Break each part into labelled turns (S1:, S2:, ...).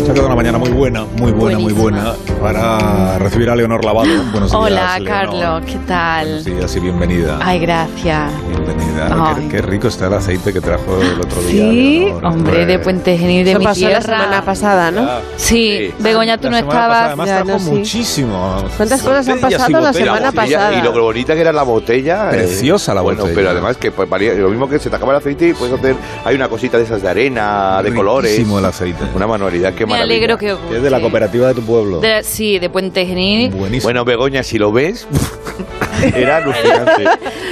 S1: muy buena, Buenísima. muy buena, para recibir a Leonor Lavado. Buenos días,
S2: Hola,
S1: Leonor.
S2: Carlos, ¿qué tal?
S1: Buenos días y bienvenida.
S2: Ay, gracias.
S1: Bienvenida. Qué, qué, rico está el aceite que trajo el otro
S2: ¿Sí?
S1: día.
S2: Sí, hombre, de Puente Genil de
S3: Eso
S2: mi
S3: pasó
S2: tierra.
S3: la semana pasada, ¿no? Ah,
S2: sí, sí, Begoña, tú
S1: La
S2: no
S1: semana
S2: estabas.
S1: pasada, Además trajo
S3: no, sí.
S1: muchísimo.
S3: ¿Cuántas cosas han
S4: botellas y
S3: pasado la
S4: botellas,
S3: semana
S4: botella,
S3: pasada?
S4: Y lo bonita que era la botella. eh,
S1: Preciosa la
S4: Bueno,
S1: botella.
S4: pero además que pues, valía- lo mismo que se te acaba el aceite y puedes hacer... Hay una cosita de esas de arena, de colores.
S1: Riquísimo el aceite.
S4: Una manualidad, qué
S2: Me
S4: maravilla.
S2: alegro que. os
S1: Es de la
S2: guste.
S1: cooperativa de tu pueblo.
S2: De- sí, de Puente Genil.
S1: Buenísimo.
S4: Bueno, Begoña, si lo ves, era alucinante.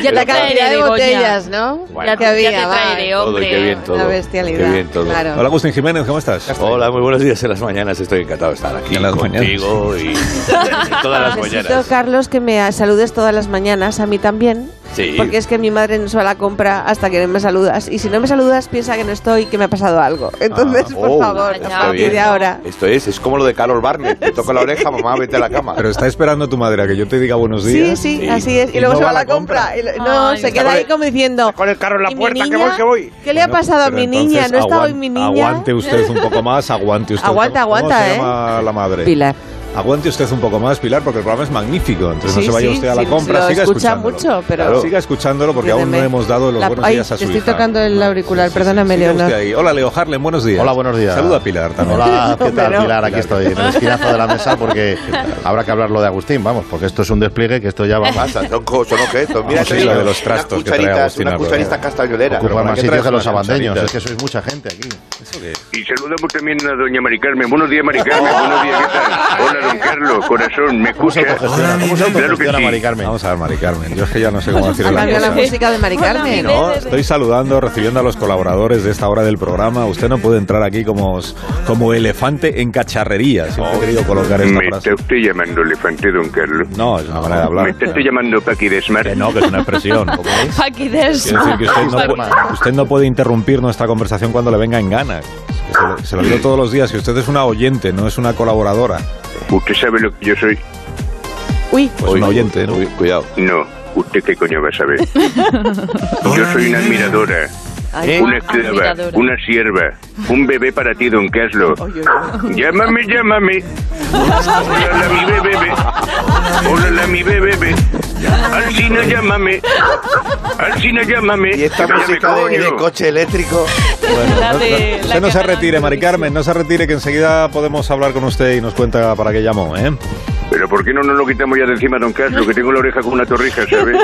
S2: Ya
S3: La
S2: te acabé
S3: cantidad de
S2: Begoña.
S3: botellas, ¿no?
S4: Bueno.
S2: ya,
S3: que
S2: te-
S3: había,
S2: ya te
S3: va.
S2: traeré,
S4: Todo,
S2: hombre.
S4: qué bien todo.
S3: Una bestialidad.
S4: Qué bien todo.
S3: Claro.
S1: Hola, Agustín Jiménez, ¿cómo estás?
S4: Hola, muy buenos días en las mañanas. Estoy encantado de estar aquí
S1: En las
S4: contigo y todas las
S3: Necesito,
S4: mañanas.
S3: Carlos, que me saludes todas las mañanas, a mí también.
S4: Sí.
S3: Porque es que mi madre no se va a la compra hasta que no me saludas. Y si no me saludas, piensa que no estoy, que me ha pasado algo. Entonces,
S4: Ah,
S3: por
S4: oh,
S3: favor,
S2: está
S3: a partir
S2: bien.
S3: de ahora.
S4: Esto es, es como lo de Carol Barnett. Te toca la oreja, mamá, vete a la cama.
S1: Pero está esperando tu madre a que yo te diga buenos
S3: Sí,
S1: días.
S3: sí,
S4: Sí.
S3: así es. Y,
S1: Y
S3: luego
S1: no
S3: se va
S1: va
S3: a la
S1: la
S3: compra.
S1: compra.
S3: Y no,
S2: Ay.
S3: se
S4: Está
S3: queda
S4: con
S3: ahí
S4: el-
S3: como diciendo.
S4: Con el carro en la
S3: "¿Y mi
S4: puerta, que
S3: niña?
S4: voy, que voy.
S3: ¿Qué le ha pasado a mi niña? ¿No está hoy
S1: en
S3: mi niña?
S1: Aguante usted un poco más, aguante usted.
S3: Aguanta,
S1: ¿Cómo-
S3: aguanta,
S1: ¿Cómo
S3: ¿eh?
S1: se llama la madre?
S3: Pilar.
S1: Aguante usted un poco más, Pilar, porque el programa es magnífico. Entonces no
S3: Sí,
S1: se vaya
S3: sí,
S1: usted a la
S3: sí,
S1: compra,
S3: lo
S1: siga
S3: escucha
S1: escuchándolo.
S3: mucho, pero-
S1: Claro, siga escuchándolo porque aún no
S3: Entiéndeme.
S1: hemos dado los
S3: La-
S1: buenos
S3: Ay,
S1: días a
S3: te
S1: su
S3: estoy
S1: hija.
S3: tocando el auricular, perdóname,
S1: Siga usted
S3: Leonor.
S1: ahí. oh, Hola, Leo Harlem, buenos días.
S5: Hola, buenos días.
S1: Saluda a Pilar también.
S5: Hola, ¿qué tal,
S3: Pero-
S5: Pilar? Aquí estoy, en el esquinazo de la mesa, porque habrá que hablarlo de Agustín, vamos, porque esto es un despliegue que esto ya va más.
S4: pasa? Son cosas, ¿no? ¿Qué esto? Mira,
S1: Sí,
S4: esto,
S1: lo de
S4: mira,
S1: los trastos
S4: unas
S1: que trae
S4: cucharitas,
S1: Agustín
S4: Una
S1: Álvarez.
S4: cucharita castañolera.
S1: Ocupa
S5: Ocupa más
S1: ¿qué
S5: sitios
S1: traes
S5: que los
S1: unas
S5: abandeños,
S1: cucharitas?
S5: es que sois mucha gente aquí.
S6: Y saludamos también a doña Mari Carmen. Buenos días, Mari Carmen. Buenos días, ¿qué tal? Hola, don Carlos. Corazón, ¿me
S5: ¿Cómo se
S6: escucha?
S5: autogestiona? ¿Cómo se
S6: Claro que
S5: autogestiona, Mari
S6: sí.
S5: Carmen?
S1: Vamos a ver, Mari Carmen. Yo es que ya no sé cómo decir
S3: Ha
S1: la
S3: cambiado la
S1: cosa.
S3: música de Mari
S2: Hola,
S3: Carmen.
S2: Miguel.
S1: No, estoy saludando, recibiendo a los colaboradores de esta hora del programa. Usted no puede entrar aquí como, como elefante en cacharrería. Siempre he querido colocar esta
S6: Me
S1: frase.
S6: está usted llamando elefante, don Carlos.
S1: No, es una manera de
S6: Me
S1: hablar.
S6: está usted llamando Paqui de Smart.
S1: Que no, que es una expresión. ¿Cómo es?
S2: Paqui Des.
S1: Quiero decir que usted no, pu- usted no puede interrumpir nuestra conversación cuando le venga en gana. Se lo, se lo digo todos los días, que usted es una oyente, no es una colaboradora.
S6: ¿Usted sabe lo que yo soy?
S3: Uy,
S1: Es una Pues oyente, ¿no?
S4: Uy, Cuidado.
S6: No. ¿Usted qué coño va a saber? Yo soy una admiradora.
S3: ay,
S6: Una esclava,
S2: Admiradora.
S6: una sierva, un bebé para ti, don Caslo.
S4: ¿eh?
S6: Llámame, llámame. Hola, la mi bebé. bebé. Hola, la mi bebé. bebé. Alcina, llámame. Alcina, llámame.
S4: Y esta
S6: Que me llame,
S4: música de,
S6: coño.
S4: de coche eléctrico.
S2: La
S1: No- no-
S2: de- la
S1: usted no
S2: que
S1: se
S2: ganaron
S1: retire, Mari
S2: Eurovisión.
S1: Carmen, no se retire, que enseguida podemos hablar con usted y nos cuenta para qué llamó, ¿eh?
S6: Pero ¿por qué no nos lo quitamos ya de encima, don Carlos? Que tengo la oreja con una torrija, ¿sabes?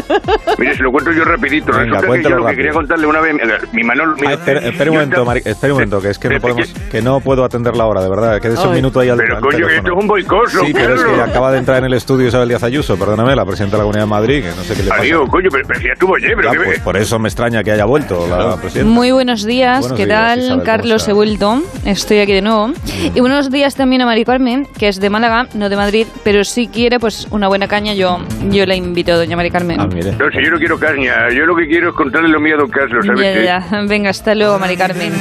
S6: Mire, se lo cuento yo rapidito.
S1: Venga,
S6: Resulta que yo
S1: cuéntelo
S6: lo que
S1: rápido.
S6: quería contarle una vez... Mi Manolo... mira,
S1: Ah, espere, espere
S6: yo
S1: un momento,
S6: estaba-
S1: Mari- espere un momento, que es que no,
S6: Pero-
S1: podemos, que no puedo atender la hora, de verdad. Quédese un
S3: Ay.
S1: minuto ahí al,
S6: Pero
S1: al
S6: coño, que
S1: teléfono.
S6: esto es un boicot, don
S1: Sí, pero es que
S6: Carlos.
S1: acaba de entrar en el estudio Isabel Díaz Ayuso, perdóname, la presidenta de la Comunidad de Madrid, que no sé qué le pasa.
S6: Adiós, coño, pero, pero si ya estuvo ayer, pero
S1: Ya,
S6: que me-
S1: pues por eso me extraña que haya vuelto la presidenta.
S2: Muy buenos días,
S1: Buenos
S2: ¿qué
S1: días,
S2: tal?
S1: Isabel, ¿cómo
S2: Carlos,
S1: estás? Mm.
S2: he vuelto, estoy aquí de nuevo. Y buenos días también a Mari Carmen, que es de Málaga, no de Madrid, pero si quiere pues una buena caña, yo, yo la invito, doña Mari Carmen.
S1: Ah, mire.
S6: No, si yo no quiero caña, yo lo que quiero es contarle lo mío a don Carlos, ¿sabes?
S2: Ya,
S6: qué?
S2: ya, ya. Venga, hasta luego, Mari Carmen.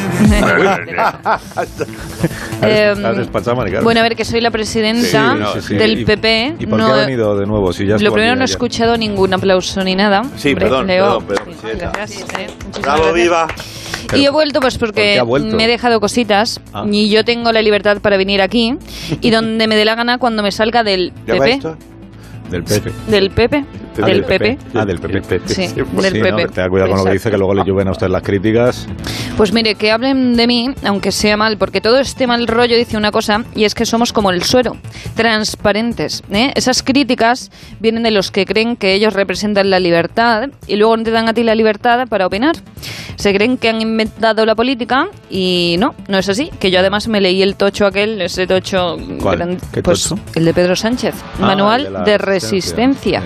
S2: Eh,
S1: Has despachado, Mari Carmen.
S2: bueno, a ver, que soy la presidenta
S1: Sí, no, sí,
S2: del
S1: y-
S2: PP.
S1: ¿Y por
S2: no-
S1: qué ha venido de nuevo? Si ya
S2: lo
S1: estuvo
S2: primero
S1: aquí
S2: no he
S1: ayer.
S2: escuchado ningún aplauso ni nada.
S4: Sí,
S2: Hombre,
S4: perdón,
S2: Leo.
S4: perdón, perdón,
S2: Sí,
S4: presidenta.
S2: gracias, eh. Muchísimas
S4: pues, Bravo,
S2: gracias.
S4: viva.
S2: Y he vuelto pues
S1: ¿por qué
S2: porque
S1: ha vuelto?
S2: me he dejado cositas
S1: Ah.
S2: y yo tengo la libertad para venir aquí y donde me dé la gana cuando me salga del
S4: ¿Ya va
S2: PP.
S4: esto?
S1: Del PP.
S2: Del PP.
S1: Ah,
S2: Del PP.
S1: Ah, del PP.
S2: Sí,
S1: Sí,
S2: del
S1: ¿no?
S2: PP.
S1: Tenga cuidado con lo que dice, que luego le lluven a usted las críticas.
S2: Pues mire, que hablen de mí, aunque sea mal, porque todo este mal rollo dice una cosa, y es que somos como el suero, transparentes. ¿eh? Esas críticas vienen de los que creen que ellos representan la libertad y luego no te dan a ti la libertad para opinar. Se creen que han inventado la política y no, no es así. Que yo además me leí el tocho aquel, ese tocho,
S1: ¿Cuál?
S2: gran-
S1: ¿Qué
S2: pues
S1: tocho?
S2: el de Pedro Sánchez,
S1: Ah,
S2: Manual
S1: el de la
S2: de
S1: resistencia.
S2: Resistencia.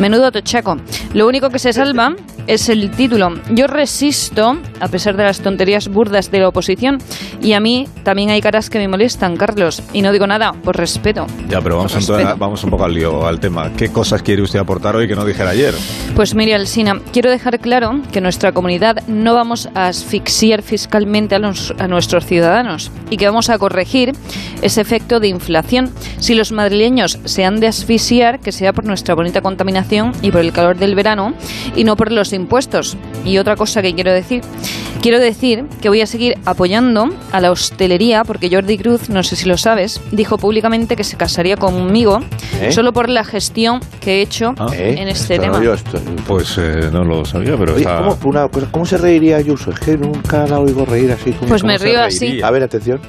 S2: Menudo tochaco. Lo único que se salva es el título. Yo resisto, a pesar de las tonterías burdas de la oposición, y a mí también hay caras que me molestan, Carlos. Y no digo nada, por respeto.
S1: Ya, pero vamos,
S2: Por
S1: un to-
S2: respeto.
S1: vamos un poco al lío, al tema. ¿Qué cosas quiere usted aportar hoy que no dijera ayer?
S2: Pues mire, Alsina, quiero dejar claro que nuestra comunidad no vamos a asfixiar fiscalmente a, los- a nuestros ciudadanos y que vamos a corregir ese efecto de inflación. Si los madrileños se han de asfixiar, que sea por nuestra bonita contaminación y por el calor del verano y no por los impuestos. Y otra cosa que quiero decir, quiero decir que voy a seguir apoyando a la hostelería porque Jordi Cruz, no sé si lo sabes, dijo públicamente que se casaría conmigo
S4: ¿Eh?
S2: solo por la gestión que he hecho
S1: Ah.
S4: ¿Eh?
S2: en este
S4: Esto no,
S2: tema.
S4: yo esto-
S1: Pues eh, no lo sabía, pero
S4: Oye,
S1: está...
S4: ¿cómo, una cosa, ¿cómo se reiría Ayuso? Es que nunca la oigo reír así. ¿Cómo-
S2: Pues
S4: cómo
S2: me
S4: se
S2: río
S4: reiría?
S2: así.
S4: A ver, atención.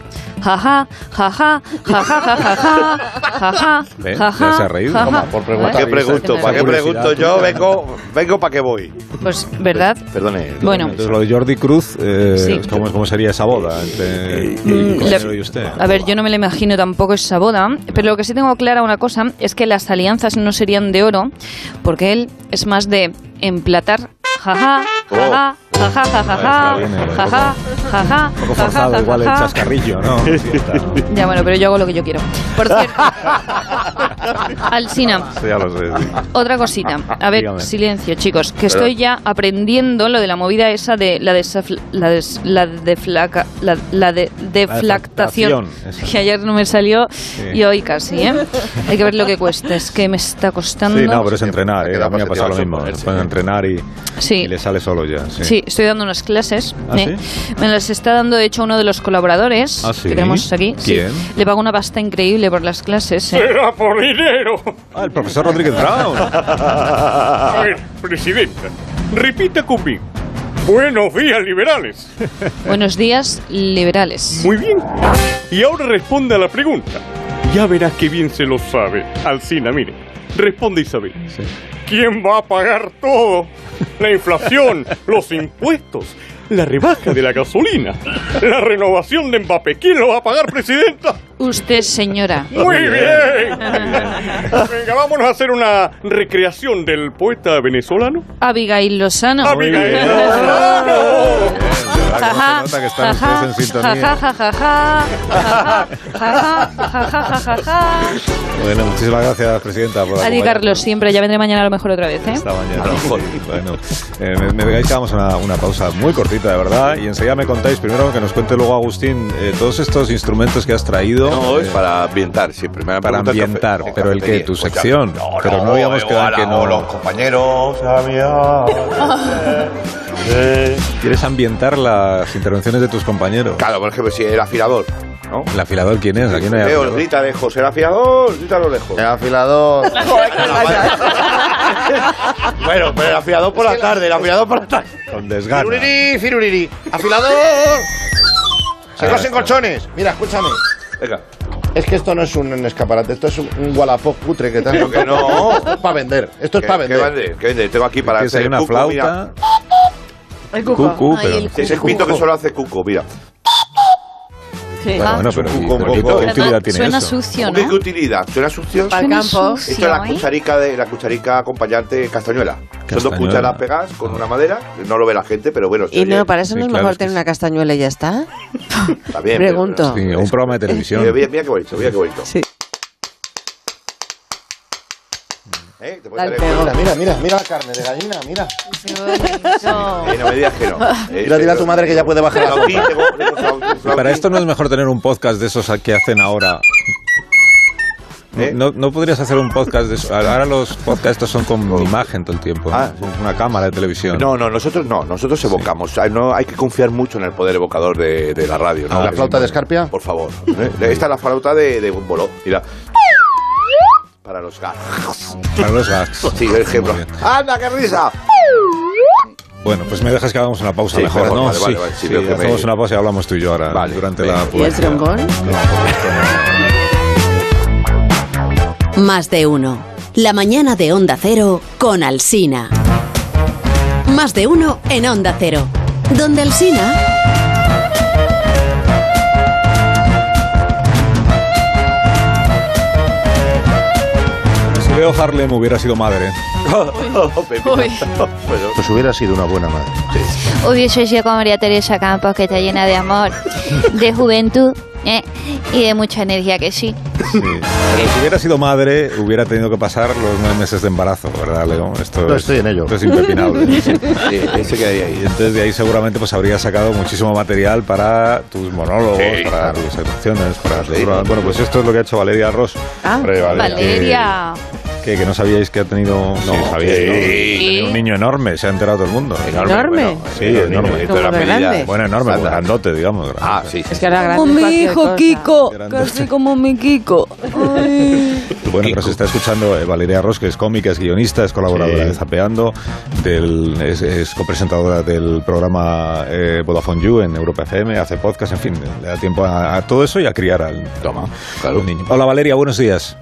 S2: Jaja, jaja, jaja, jaja, jaja,
S1: ¿Ve?
S2: jaja,
S1: Ya se ha reído.
S2: jaja.
S1: Toma,
S5: por
S4: ¿Para
S5: preguntar.
S4: qué
S5: Esa-
S4: pregunto?
S2: esa
S4: ¿Para qué
S1: curiosidad
S4: pregunto?
S1: tuya.
S4: Yo vengo, vengo para qué voy.
S2: Pues, ¿verdad?
S4: Perdone.
S2: Bueno.
S1: Entonces, lo de Jordi Cruz, eh,
S2: Sí.
S1: ¿cómo, cómo sería esa boda entre
S2: Mm,
S1: el compañero
S2: le-
S1: y usted?
S2: A ver, yo no me la imagino tampoco esa boda, pero lo que sí tengo clara una cosa es que las alianzas no serían de oro, porque él es más de emplatar. Jaja, jaja,
S1: Oh.
S2: jaja, jaja,
S1: Está bien, eh,
S2: jaja, jaja, jaja,
S1: Un poco
S2: jaja,
S1: forzado
S2: jaja,
S1: igual el
S2: jaja.
S1: chascarrillo, ¿no? Sí, está.
S2: Ya bueno, pero yo hago lo que yo quiero. Por cierto, Alsina,
S1: Sí, ya lo sé, sí.
S2: Otra cosita. A ver,
S1: Dígame.
S2: silencio, chicos. Que estoy ya aprendiendo lo de la movida esa de la desaf- la des- la deflaca- la, la de deflactación.
S1: deflactación, esa.
S2: que ayer no me salió y hoy casi, ¿eh? Hay que ver lo que cuesta. Es que me está costando.
S1: Sí, no, pero es entrenar,
S5: Se
S1: ¿eh?
S5: queda
S1: A mí me ha pasado lo
S5: bastante
S1: mismo.
S5: tiempo,
S1: Se pueden entrenar y,
S2: Sí.
S1: y le sale solo ya. Sí.
S2: Sí, estoy dando unas clases.
S1: ¿Ah,
S2: ¿eh? Me las está dando, de hecho, uno de los colaboradores
S1: ¿Ah, sí?
S2: que tenemos aquí. Sí.
S1: ¿Quién?
S2: Le pago una pasta increíble por las clases. ¿eh?
S7: Era por dinero.
S1: Ah, el profesor Rodríguez Brown.
S7: A ver, presidenta, repita conmigo. Buenos días, liberales.
S2: Buenos días, liberales.
S7: Muy bien. Y ahora responde a la pregunta. Ya verás que bien se lo sabe. Alcina, mire. Responde Isabel. ¿Quién va a pagar todo? La inflación, los impuestos, la rebaja de la gasolina, la renovación de Mbappé. ¿Quién lo va a pagar, presidenta?
S2: Usted, señora.
S7: Muy bien. Venga, vámonos a hacer una recreación del poeta venezolano.
S2: Abigail Lozano.
S7: Abigail Lozano.
S1: Jaja, nota que están ustedes en sintonía. Bueno, muchísimas gracias, presidenta. Por
S2: A ti,
S1: acompañarnos.
S2: Carlos, siempre. Ya vendré mañana a lo mejor otra vez, ¿eh?
S1: Esta mañana. Bueno, eh, me, me pegáis que hagamos una, una pausa muy cortita, de verdad. Y enseguida me contáis, primero que nos cuente luego Agustín, eh, todos estos instrumentos que has traído.
S4: No, es
S1: eh,
S4: para ambientar siempre. Me
S1: Para
S4: pregunta el
S1: ambientar,
S4: café-
S1: pero el qué,
S4: cafetería.
S1: tu
S4: Pues ya.
S1: sección. Pero no habíamos
S4: eh,
S1: quedado
S4: hola,
S1: que no.
S4: o Los compañeros, amigos. eh, eh.
S1: ¿Quieres ambientar las intervenciones de tus compañeros?
S4: Claro, por ejemplo, si el afilador. ¿no?
S1: ¿El afilador quién es? Aquí no hay
S4: Leo,
S1: afilador.
S4: grita lejos. El afilador, grita lo lejos.
S5: El afilador.
S4: bueno, pero el afilador por la tarde, el afilador por la tarde.
S1: Con desgana.
S5: Firuliri, firuliri. Afilador. Se
S1: Ahí
S5: cosen
S1: está.
S5: colchones. Mira, escúchame.
S4: Venga.
S5: Es que esto no es un escaparate, esto es un, un Wallapop putre que te han
S4: que no.
S5: Esto es para vender. Esto es
S4: ¿Qué-
S5: para
S4: qué
S5: vender.
S4: vende? ¿Qué vende? Tengo aquí ¿eh? para
S1: Que si hay
S4: hacer
S1: una
S4: cuco, mira.
S1: flauta.
S3: El
S1: Cucu,
S2: Ay,
S1: pero.
S2: el
S4: Es el pito que solo hace Cuco, mira.
S1: Bueno, bueno, pero
S4: un
S1: ¿y
S4: cuco,
S1: pero qué-
S4: cuco.
S1: ¿qué utilidad tiene
S2: Ah. Suena
S1: eso?
S2: sucio,
S4: ¿Qué, qué
S2: ¿no?
S4: utilidad? ¿Suena sucio?
S3: Para el
S2: Suena
S3: campo.
S2: sucio,
S4: Esto es la
S2: ¿eh?
S4: cucharica, de, la cucharica acompañante castañuela. Son dos
S1: Castañuela.
S4: cucharas pegadas con una madera. No lo ve la gente, pero bueno. se
S3: Y
S4: oye.
S3: no, para eso
S1: Sí,
S3: no es
S1: claro,
S3: mejor
S1: es que
S3: tener
S1: sí.
S3: una castañuela y ya está.
S4: Está bien,
S3: Pregunto.
S1: Sí, un programa de televisión.
S4: pero- Mira, mira, mira qué bonito, mira qué bonito.
S3: Sí.
S4: ¿Eh? ¿Te puedes
S3: Dale,
S4: dar
S3: pego.
S5: Mira, mira, mira, mira la carne de gallina, mira.
S4: cuenta? Eh, no me digas que no. Eh,
S5: Mira, dile a tu
S4: pero-
S5: madre que ya puede bajar la
S4: Flautín, tengo- tengo flautín,
S1: Y Para
S4: flautín.
S1: esto no es mejor tener un podcast de esos que hacen ahora.
S4: ¿Eh?
S1: No, no podrías hacer un podcast de eso. Ahora los podcasts estos son con imagen todo el tiempo. ¿no?
S4: Ah, sí.
S1: Con una cámara de televisión.
S4: No, no, nosotros no, nosotros evocamos. Hay, no, hay que confiar mucho en el poder evocador de, de la radio. ¿no?
S1: Ah,
S5: La flauta de escarpia.
S4: Por favor. ¿eh? Esta es la flauta de, de Bomboló. Mira. Para los gatos.
S1: Para los gags.
S4: Sí, el ejemplo.
S1: Muy bien.
S4: ¡Anda, qué risa!
S1: Bueno, pues me dejas que hagamos una pausa
S4: Sí,
S1: mejor,
S4: mejor,
S1: ¿no?
S4: vale, vale, vale, sí, veo que me-
S1: hacemos una pausa y hablamos tú y yo ahora
S4: Vale,
S1: durante
S4: venga.
S1: la
S3: ¿Y el
S1: publicidad.
S3: trombón?
S8: Más de uno. La mañana de Onda Cero con Alsina. Más de uno en Onda Cero. Donde Alsina.
S1: Sí, Creo Harlem hubiera sido madre.
S5: Pues hubiera sido una buena madre.
S9: Hubiese sido como María Teresa Campos, que está llena de amor, de juventud ¿eh? y de mucha energía, que sí.
S1: Sí. Pero si hubiera sido madre, hubiera tenido que pasar los nueve meses de embarazo, ¿verdad, Leo? Esto
S5: No,
S1: es-
S5: estoy en ello.
S1: Esto es impepinable.
S4: Sí, ese quedaría ahí.
S1: Y entonces de ahí seguramente pues habrías sacado muchísimo material para tus monólogos,
S4: Sí.
S1: para tus actuaciones, para tu
S4: Sí.
S1: Bueno, pues esto es lo que ha hecho Valeria Ross.
S3: Ah.
S1: Hombre,
S2: Valeria.
S1: Que, que- que no sabíais que ha tenido... No, sabíais,
S4: sí.
S1: ¿no?
S4: Sí.
S1: Ha tenido un niño enorme, se ha enterado todo el mundo.
S3: ¿Enorme?
S1: bueno, sí,
S4: Niño,
S1: enorme.
S4: niño,
S3: Como
S4: la
S3: grande.
S4: medida.
S1: Bueno, enorme,
S4: Anda.
S1: grandote, digamos. grandote.
S4: Ah, sí. sí.
S3: Es que era grande.
S2: Como mi
S3: espacio de
S2: hijo
S3: cosa.
S2: Kiko,
S1: Grande.
S2: casi como mi Kiko. Ay.
S1: Bueno, pero se está escuchando eh, Valeria Ross, que es cómica, es guionista, es colaboradora
S5: Sí.
S1: de Zapeando, del, es, es copresentadora del programa eh, Vodafone You en Europa FM, hace podcast, en fin, le da tiempo a, a todo eso y a criar al
S4: Toma, claro.
S1: al niño. Hola Valeria, buenos días.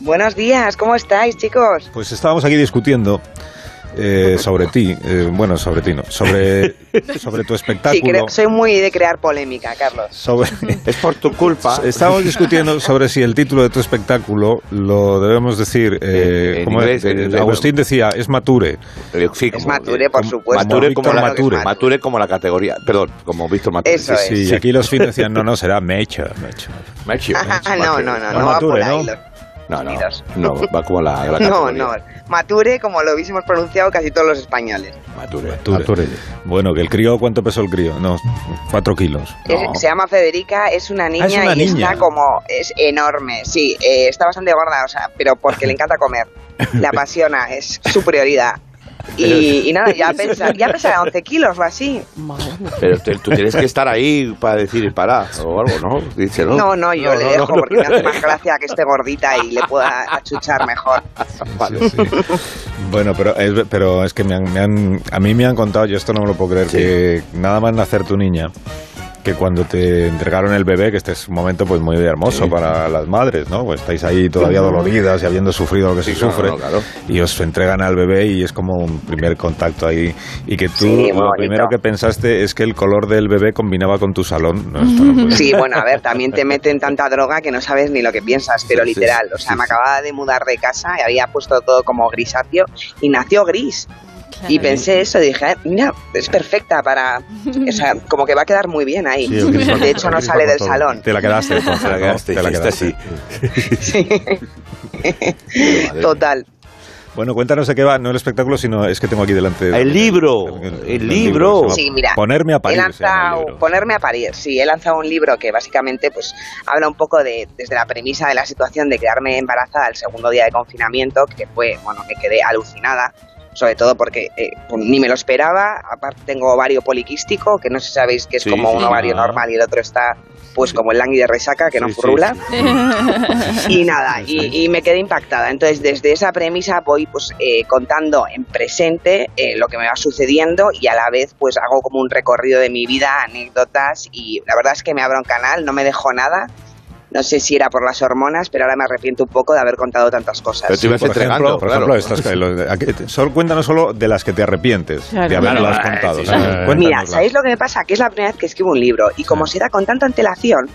S10: Buenos días, ¿cómo estáis, chicos?
S1: Pues estábamos aquí discutiendo eh, sobre ti, eh, bueno, sobre ti no, sobre, sobre
S10: Sí,
S1: tu espectáculo.
S10: creo- soy muy de crear polémica, Carlos.
S1: sobre,
S4: Es por tu culpa.
S1: Estábamos discutiendo sobre si el título de tu espectáculo lo debemos decir. eh,
S4: En- en
S1: ¿cómo es?
S4: inglés, en-
S1: Eh, Agustín decía, es mature.
S4: Eh, sí,
S10: Es
S4: como-
S10: Mature,
S4: eh,
S10: por
S4: como-
S10: supuesto.
S4: Mature como,
S1: Víctor
S4: la,
S1: Mature.
S4: Mature como la categoría. Perdón, como Víctor Mature.
S10: Eso
S4: Sí,
S10: es.
S4: sí.
S1: Sí, y aquí los fines decían, no, no, será mecho, mecho.
S4: Mature,
S10: Ah, no,
S4: Mature.
S10: no, no,
S1: No,
S10: no va
S1: Mature,
S10: por ahí.
S1: ¿no?
S4: No, no,
S10: Miras.
S4: no, va como la, la
S10: los- No,
S4: categoría.
S10: no. Mature, como lo hubiésemos pronunciado casi todos los españoles.
S4: Mature.
S1: Mature. Bueno, que el crío, ¿cuánto pesó el crío? No, cuatro kilos.
S10: Es-
S4: No.
S10: se llama Federica, es una niña
S1: una
S10: y
S1: niña.
S10: está como. Es enorme, sí. eh, está bastante gorda, o sea, pero porque le encanta comer. Le apasiona, es su prioridad. Y, y nada, ya pesa, ya pesa 11 kilos o así.
S4: Pero te- tú tienes que estar ahí para decir para o algo, ¿no? Díselo.
S10: No, no, yo
S4: No,
S10: le
S4: no,
S10: dejo
S4: no, no.
S10: porque me hace más gracia que esté gordita y le pueda achuchar mejor.
S4: Vale.
S1: Sí, sí. Bueno, pero es, pero es que me han, me han- a mí me han contado, yo esto no me lo puedo creer, que nada más nacer tu niña, que cuando te entregaron el bebé, que este es un momento pues muy hermoso para las madres, ¿no? Pues estáis ahí todavía doloridas y habiendo sufrido lo que
S4: Sí,
S1: se
S4: claro,
S1: sufre,
S4: no, claro.
S1: y os entregan al bebé y es como un primer contacto ahí, y que tú
S10: Sí, muy
S1: lo
S10: bonito.
S1: primero que pensaste es que el color del bebé combinaba con tu salón. No, esto no puede
S10: Sí, bueno, a ver, también te meten tanta droga que no sabes ni lo que piensas, pero
S4: Sí, sí,
S10: literal.
S4: sí,
S10: O sea,
S4: sí,
S10: me
S4: sí.
S10: acababa de mudar de casa y había puesto todo como grisáceo y nació gris. Y pensé eso, dije, "Ah, mira, es perfecta para. O sea, como que va a quedar muy bien ahí.
S5: Sí, el gris va-
S10: de hecho,
S5: el
S10: no
S5: gris va
S10: sale
S5: con
S10: del
S5: todo.
S10: salón.
S1: Te la quedaste, entonces,
S4: Te la
S1: ¿no?
S4: quedaste,
S1: Te la
S4: está
S1: quedaste.
S4: así.
S10: Sí.
S4: Vale.
S10: Total.
S1: Bueno, cuéntanos de qué va, no el espectáculo, sino es que tengo aquí delante.
S4: El libro, el libro.
S1: se llama
S10: Sí, mira,
S1: Ponerme a
S10: He
S1: parir. se llama el
S10: lanzado-
S1: libro.
S10: ponerme a parir, sí, he lanzado un libro que básicamente pues habla un poco de, desde la premisa de la situación de quedarme embarazada el segundo día de confinamiento, que fue, bueno, que quedé alucinada, sobre todo porque eh, pues, ni me lo esperaba, aparte tengo ovario poliquístico, que no sé si sabéis que es
S4: Sí,
S10: como
S4: sí,
S10: un ovario
S4: ah.
S10: normal y el otro está pues como el langui de resaca que no
S4: Sí, sí,
S10: furula
S4: sí.
S10: y nada, y, y me quedé impactada. Entonces, desde esa premisa voy pues eh, contando en presente eh, lo que me va sucediendo y a la vez pues hago como un recorrido de mi vida, anécdotas y la verdad es que me abro un canal, no me dejó nada. No sé si era por las hormonas, pero ahora me arrepiento un poco de haber contado tantas cosas.
S4: Pero te ibas
S1: por
S4: entregando,
S1: ejemplo, por
S4: claro.
S1: ejemplo estas que- los de- aquí- eh, solo, cuéntanos solo de las que te arrepientes de
S3: Claro.
S1: haberlas
S4: Claro,
S1: contado.
S4: sí,
S1: o sea,
S5: sí.
S1: cuéntanoslas.
S10: Mira, ¿sabéis lo que me pasa? Que es la primera vez que escribo un libro y como se da con tanta antelación,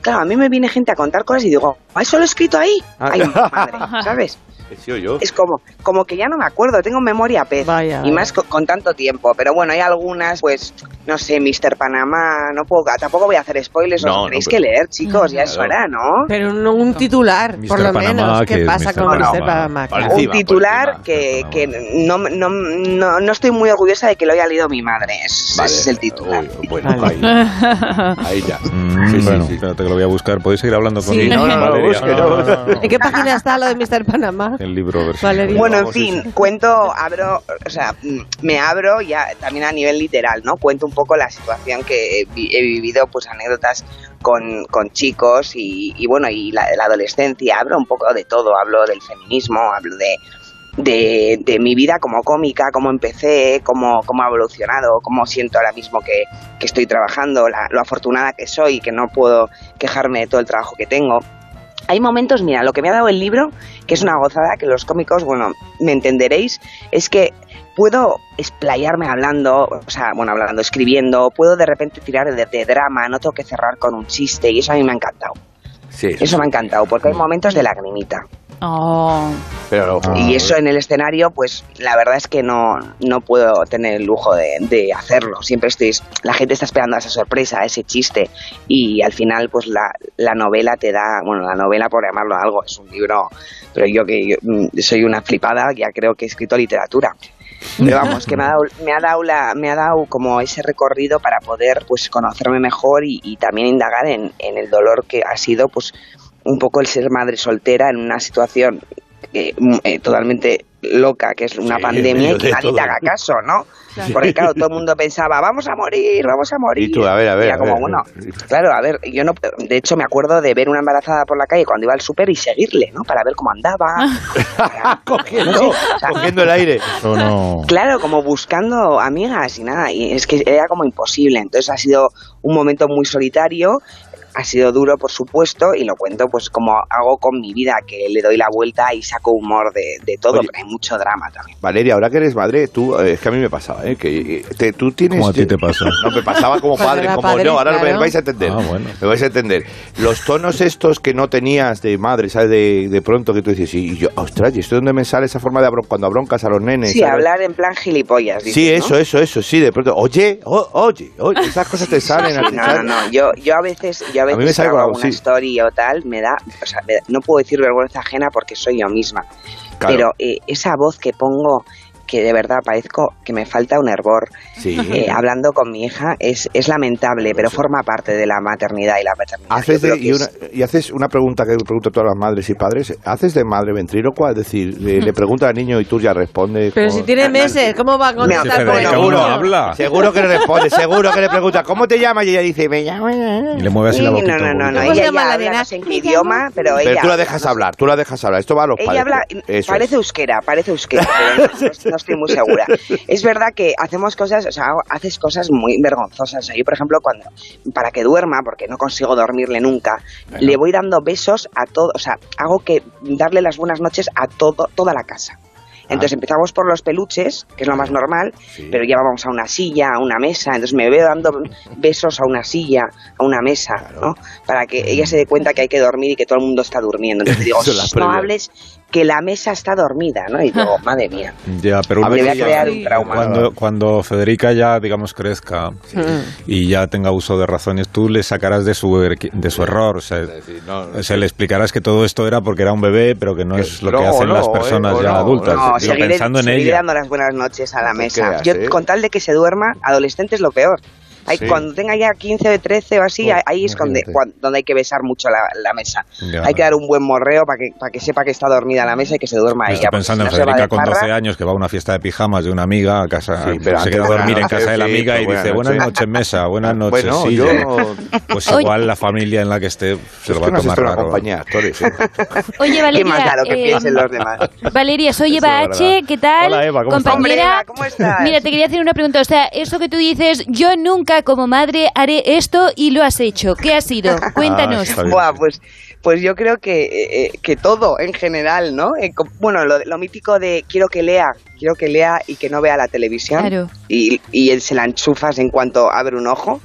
S10: claro, a mí me viene gente a contar cosas y digo, ¿ah, ¿eso lo he escrito ahí?
S4: Ah.
S10: Ay, madre, ¿sabes?
S4: Sí, o yo.
S10: Es como, como que ya no me acuerdo, tengo memoria pez.
S3: Vaya,
S10: y
S3: vaya.
S10: más co- con, tanto tiempo. Pero bueno, hay algunas, pues, no sé, Mr. Panamá, no puedo, tampoco voy a hacer spoilers,
S4: No,
S10: no,
S4: no,
S10: tenéis
S4: pero-
S10: que leer, chicos, ya es
S4: Claro.
S10: hora, ¿no?
S3: Mm. Pero no un titular, por
S1: Mr.
S3: lo
S1: Panamá,
S3: menos.
S1: que
S3: ¿Qué
S1: es
S3: pasa
S1: Mr.
S3: con
S1: Panamá.
S3: Mr. Panamá?
S4: Vale.
S3: Claro.
S10: un
S4: encima, por
S10: titular
S4: encima,
S10: que,
S1: por
S10: que no, no, no, no estoy muy orgullosa de que lo haya leído mi madre, es-
S4: Vale.
S10: ese es el titular.
S4: Uy, bueno, ahí, ahí ya.
S1: Mm,
S4: Sí, sí,
S1: bueno,
S4: sí.
S1: espérate que lo voy a buscar. ¿Podéis seguir hablando con
S3: Sí.
S4: No, no, no,
S1: Valeria?
S4: busque,
S5: No,
S4: no,
S5: no, no, no.
S3: ¿En qué página está lo de Mr. Panamá?
S1: El libro versión.
S3: Valeria.
S10: Bueno, en
S4: Vamos, sí,
S10: fin, cuento, abro, o sea, mm, me abro ya también a nivel literal, ¿no? Cuento un poco la situación que he, vi- he vivido, pues anécdotas con, con chicos y, y, bueno, y la, la adolescencia, hablo un poco de todo, hablo del feminismo, hablo de, de, de mi vida como cómica, cómo empecé, cómo, cómo ha evolucionado, cómo siento ahora mismo que, que estoy trabajando, la- lo afortunada que soy, que no puedo quejarme de todo el trabajo que tengo. Hay momentos, mira, lo que me ha dado el libro, que es una gozada, que los cómicos, bueno, me entenderéis, es que puedo explayarme hablando, o sea, bueno, hablando, escribiendo, puedo de repente tirar de, de drama, no tengo que cerrar con un chiste, y eso a mí me ha encantado.
S4: Sí, Mm.
S10: Eso me ha encantado, porque hay momentos de lagrimita.
S5: Oh.
S2: Oh.
S4: Pero,
S2: Ah,
S10: Y eso en el escenario, pues la verdad es que no, no puedo tener el lujo de, de hacerlo. Siempre estoy, la gente está esperando a esa sorpresa, a ese chiste. Y al final, pues la, la novela te da, bueno, la novela por llamarlo algo, es un libro, pero yo que yo, mm, soy una flipada, ya creo que he escrito literatura. Pero vamos, que me ha dado, me ha dado, la- me ha dado como ese recorrido para poder pues conocerme mejor y, y también indagar en, en el dolor que ha sido pues un poco el ser madre soltera en una situación eh, mm, eh, totalmente loca, que es una
S4: Sí,
S10: pandemia
S4: yo
S10: y que
S4: de
S10: nadie
S4: todo.
S10: te haga caso, ¿no?
S4: Claro.
S10: Porque claro, todo el mundo pensaba, vamos a morir, vamos a morir.
S4: Y tú, a ver, a ver,
S10: Y era
S4: a
S10: como,
S4: ver.
S10: bueno, claro, a ver, yo no, de hecho me acuerdo de ver una embarazada por la calle cuando iba al súper y seguirle, ¿no? Para ver cómo andaba. cogiendo,
S4: cogiendo el aire.
S5: Eso no.
S10: Claro, como buscando amigas y nada, y es que era como imposible. Entonces ha sido un momento muy solitario, ha sido duro, por supuesto, y lo cuento pues como hago con mi vida, que le doy la vuelta y saco humor de, de todo,
S4: Oye.
S10: pero hay mucho drama también.
S4: Valeria, ahora que eres madre, tú, eh, es que a mí me pasaba, ¿eh? Que eh, te- tú tienes.
S1: Como a ti te pasa.
S4: No, me pasaba como
S1: Cuando
S4: padre,
S1: era
S4: como
S1: padre,
S4: no, ahora me
S1: claro.
S4: vais a entender.
S1: Ah, bueno.
S4: Me vais a entender. Los tonos estos que no tenías de madre, ¿sabes? De, de pronto que tú dices, y yo, ostras, ¿y esto de dónde me sale esa forma de abron cuando abroncas a los nenes?
S10: Sí,
S4: ¿sabes?
S10: hablar en plan gilipollas.
S4: Sí,
S10: dices,
S4: eso,
S10: ¿no?
S4: eso, eso, sí, de pronto, oye, o- oye, oye, esas cosas te salen.
S10: Sí,
S4: te
S10: no, no,
S4: salen.
S10: no, Yo, yo a veces, yo a
S4: mí me
S10: veces
S4: sale
S10: hago
S4: con algo,
S10: una
S4: sí.
S10: historia o tal, me da, o sea, me- no puedo decir vergüenza ajena porque soy yo misma.
S4: Claro.
S10: Pero eh, esa voz que pongo, que de verdad parezco que me falta un hervor,
S4: Sí.
S10: eh, hablando con mi hija, es, es lamentable, pero forma parte de la maternidad y la paternidad. Yo
S4: Haces de-
S10: creo que
S4: y,
S10: es-
S4: una- y haces una pregunta que pregunto a todas las madres y padres. ¿Haces de madre ventrílocua? Es decir, le, le pregunta al niño y tú ya respondes.
S3: Pero
S4: como-
S3: si tiene meses, ¿cómo va a contestar por el
S4: seguro,
S3: niño?
S1: habla.
S4: seguro que le responde, seguro que le pregunta, ¿cómo te llamas? Y ella dice, me llamo.
S1: Y le mueve así la
S10: Sí,
S1: boquita.
S10: no, no,
S1: un
S10: no, no,
S1: poquito.
S10: ella
S3: llama
S10: ya
S3: la
S10: habla
S3: nena?
S10: no sé en qué idioma, pero ella...
S4: Pero tú la dejas hablar, tú la dejas hablar. Esto va a los
S10: Ella
S4: padres.
S10: habla,
S4: Eso
S10: parece
S4: es.
S10: euskera, parece euskera, pero no, no- no estoy muy segura. Es verdad que hacemos cosas, o sea, hago- haces cosas muy vergonzosas. O sea, yo, por ejemplo, cuando para que duerma, porque no consigo dormirle nunca, le voy dando besos a todo, o sea, hago que darle las buenas noches a todo, toda la casa. Entonces empezamos por los peluches, que es lo más normal, pero ya vamos a una silla, a una mesa, entonces me veo dando besos a una silla, a una mesa, ¿no? Para que ella se dé cuenta que hay que dormir y que todo el mundo está durmiendo. Entonces digo,
S4: Son las
S10: "Shh, no
S4: previas.
S10: hables que la mesa está dormida, ¿no? Y digo, madre mía.
S1: Ya, pero
S10: A
S1: una
S10: ver,
S1: vez
S10: voy a crear
S1: ya-
S10: un trauma.
S1: Cuando, cuando Federica ya, digamos, crezca y ya tenga uso de razones, tú le sacarás de su, er- de su error. O sea, o sea, le explicarás que todo esto era porque era un bebé, pero que no es lo que
S4: no,
S1: hacen
S4: no,
S1: las
S4: eh,
S1: personas
S4: o
S1: ya
S4: no,
S1: adultas.
S10: No,
S1: Digo,
S10: seguiré,
S1: pensando en
S10: seguiré
S1: ella.
S10: dando las buenas noches a la mesa.
S4: creas,
S10: Yo,
S4: ¿eh?
S10: con tal de que se duerma, adolescente es lo peor. Hay,
S4: Sí.
S10: Cuando tenga ya 15 o 13 o así,
S4: Uf,
S10: ahí es donde,
S4: imagínate.
S10: cuan- donde hay que besar mucho la, la mesa.
S1: Ya.
S10: Hay que dar un buen morreo para que, para que sepa que está dormida la mesa y que se duerma
S1: Yo
S10: ella.
S1: Estoy
S10: porque
S1: pensando
S10: si
S1: en
S10: no se va
S1: Federica
S10: de
S1: con
S10: farra,
S1: 12 años que va a una fiesta de pijamas de una amiga a casa,
S4: Sí,
S1: se
S4: pero antes
S1: queda a
S4: de la
S1: dormir en
S4: noche,
S1: casa de la
S4: sí,
S1: amiga y
S4: pero
S1: dice
S4: buenas
S1: buenas
S4: noches".
S1: noches mesa, buenas noches
S4: Bueno,
S1: silla.
S4: yo.
S1: Pues
S9: Oye.
S1: igual la familia en la que esté se lo
S4: es que
S1: va a
S4: no has
S1: tomar
S4: estado en una
S1: raro.
S4: compañía de actores, ¿eh?
S9: Oye, Valeria.
S10: Qué más da lo que
S9: eh,
S10: piensen los demás.
S9: Valeria, soy
S4: Eso es
S9: Eva
S4: verdad.
S9: H. ¿Qué tal?
S5: Hola, Eva, ¿cómo estás?
S10: Hombre,
S9: Compañera.
S10: Eva, ¿cómo estás?
S9: Mira, te quería hacer una pregunta. O sea, eso que tú dices, yo nunca como madre haré esto y lo has hecho. ¿Qué ha sido?
S10: Ah,
S9: Cuéntanos.
S5: Ah, está bien.
S10: Buah, pues, pues yo creo que, eh, eh, que todo en general, ¿no? Eh, co- bueno, lo, lo mítico de quiero que lea, quiero que lea y que no vea la televisión.
S9: Claro.
S10: Y, y él se la enchufas en cuanto abre un ojo.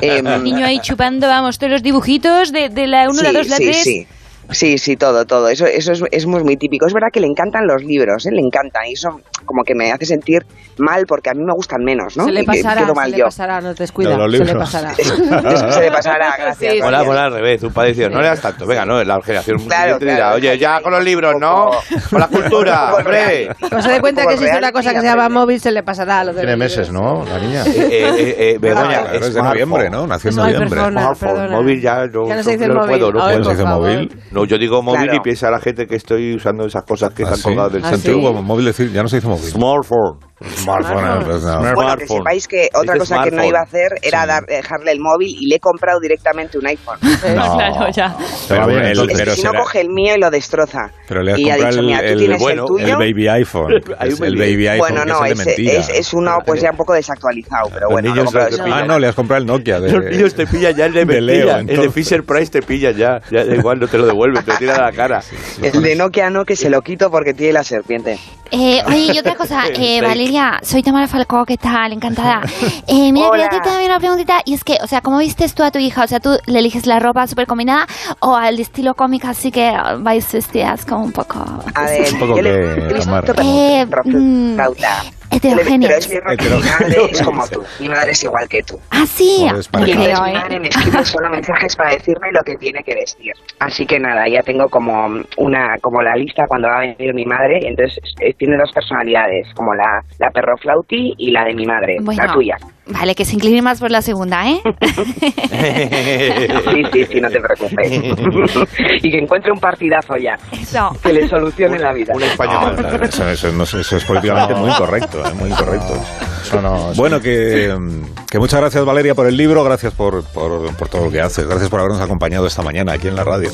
S10: Em,
S9: El niño ahí chupando, vamos, todos los dibujitos de, de la 1, la 2, la
S10: sí,
S9: 3.
S10: Sí. Sí, sí, todo, todo. Eso, eso es, es muy, muy típico. Es verdad que le encantan los libros, ¿eh? le encantan. Y eso como que me hace sentir mal porque a mí me gustan menos, ¿no?
S3: Se le
S10: Y que
S3: pasará,
S10: quedo
S3: se
S10: mal
S3: le
S10: yo.
S3: pasará, no te descuida,
S1: De los
S3: se le
S1: libros.
S3: pasará.
S10: se le pasará, gracias.
S3: Sí, sí.
S4: Hola,
S10: gracias.
S4: hola, al revés, un padecido. No leas tanto. Venga, no, la generación
S10: Claro,
S4: siguiente dirá,
S10: claro.
S4: oye, ya con los libros, ¿no? Con la cultura, hombre.
S11: pues
S3: Cuando se dé cuenta que existe una cosa que se llama móvil, se le pasará a los de
S5: Tiene
S3: los
S5: meses,
S3: libros.
S5: ¿no? La niña.
S4: Eh, eh, eh, Begoña,
S1: Claro, es de
S4: smartphone.
S1: noviembre, ¿no? Nació en
S3: Smart
S1: noviembre.
S3: persona.
S4: Smartphone,
S3: Perdona.
S4: móvil ya no,
S3: Ya no se dice
S4: no
S3: móvil.
S4: puedo, no
S3: Ahora,
S1: ¿Cuál se
S4: puedo.
S3: por
S1: hizo
S3: favor.
S1: móvil?
S4: No, yo digo móvil
S10: Claro.
S4: y piensa la gente que estoy usando esas cosas que
S1: ¿Ah,
S4: están
S1: sí?
S4: colgadas del
S3: Ah,
S1: Es
S4: centro.
S1: antiguo, móvil decir, ya no se hizo móvil.
S4: Smartphone.
S1: Smartphone, pues no.
S10: Bueno, que
S4: Smartphone.
S10: sepáis que otra
S4: Dice
S10: cosa que no
S4: smartphone.
S10: iba a hacer era dar- dejarle el móvil y le he comprado directamente un iPhone.
S2: claro, ya.
S1: Pero,
S5: Pero
S1: el-
S5: entonces-
S1: pero
S10: si no
S1: será-
S10: coge el mío y lo destroza.
S1: pero le has
S10: y ha
S1: comprado
S10: dicho, mira, tú
S1: el,
S10: tienes
S4: bueno,
S10: el
S1: el
S10: tuyo.
S1: baby iPhone.
S4: Hay un
S1: el
S4: baby-
S1: baby iPhone
S10: bueno,
S1: que
S10: no,
S1: es el
S10: es,
S1: de mentira.
S10: es, es uno pues ya un poco desactualizado, pero
S4: Los
S10: bueno.
S4: niños
S10: lo he comprado
S4: se
S10: de
S1: Ah,
S10: segunda
S1: no, le has comprado el Nokia. De,
S4: Los niños te pillan ya el de,
S1: de
S4: mentira.
S1: Leo,
S4: el de
S1: entonces.
S4: Fisher Price te pilla ya. Ya da igual, no te lo devuelven, te lo tiran a la cara.
S10: mano. El de Nokia no, que se lo quito porque tiene la serpiente.
S9: Eh, oye, y otra cosa, eh,
S4: Break
S9: Noelia, soy Tamara Falcó, ¿qué tal? Encantada. Eh, mira, quería hacerte también una preguntita, y es que, o sea, ¿cómo vistes tú a tu hija? O sea, ¿tú le eliges la ropa súper combinada o al estilo cómica así que vais vestidas como un poco...
S10: A ver,
S1: Un poco
S10: yo le-
S1: que
S10: yo le-
S1: Tamara.
S9: Eh, mm,
S10: Rauta.
S9: heterogénea.
S10: Pero es mi madre, mi madre es como tú. Mi madre es igual que tú.
S9: Ah, sí.
S1: Joder, es
S10: Y
S1: para
S9: Yo
S10: entonces
S9: creo,
S10: mi
S9: ¿eh?
S10: madre me escribe solo mensajes para decirme lo que tiene que vestir. Así que nada, ya tengo como una como la lista cuando va a venir mi madre. y Entonces eh, tiene dos personalidades, como la, la perro flauti y la de mi madre, la
S9: Bueno.
S10: tuya.
S9: Vale, que se incline más por la segunda, ¿eh?
S10: Sí, sí, sí, no te preocupes. y que encuentre un partidazo ya,
S9: Eso.
S10: que le solucione la vida.
S4: Un español.
S1: No, no, eso, eso no- eso es políticamente muy incorrecto, eh, muy incorrecto.
S5: Eso no- eso-
S1: Bueno, que, mm, que muchas gracias Valeria por el libro, gracias por, por, por todo lo que haces, gracias por habernos acompañado esta mañana aquí en la radio.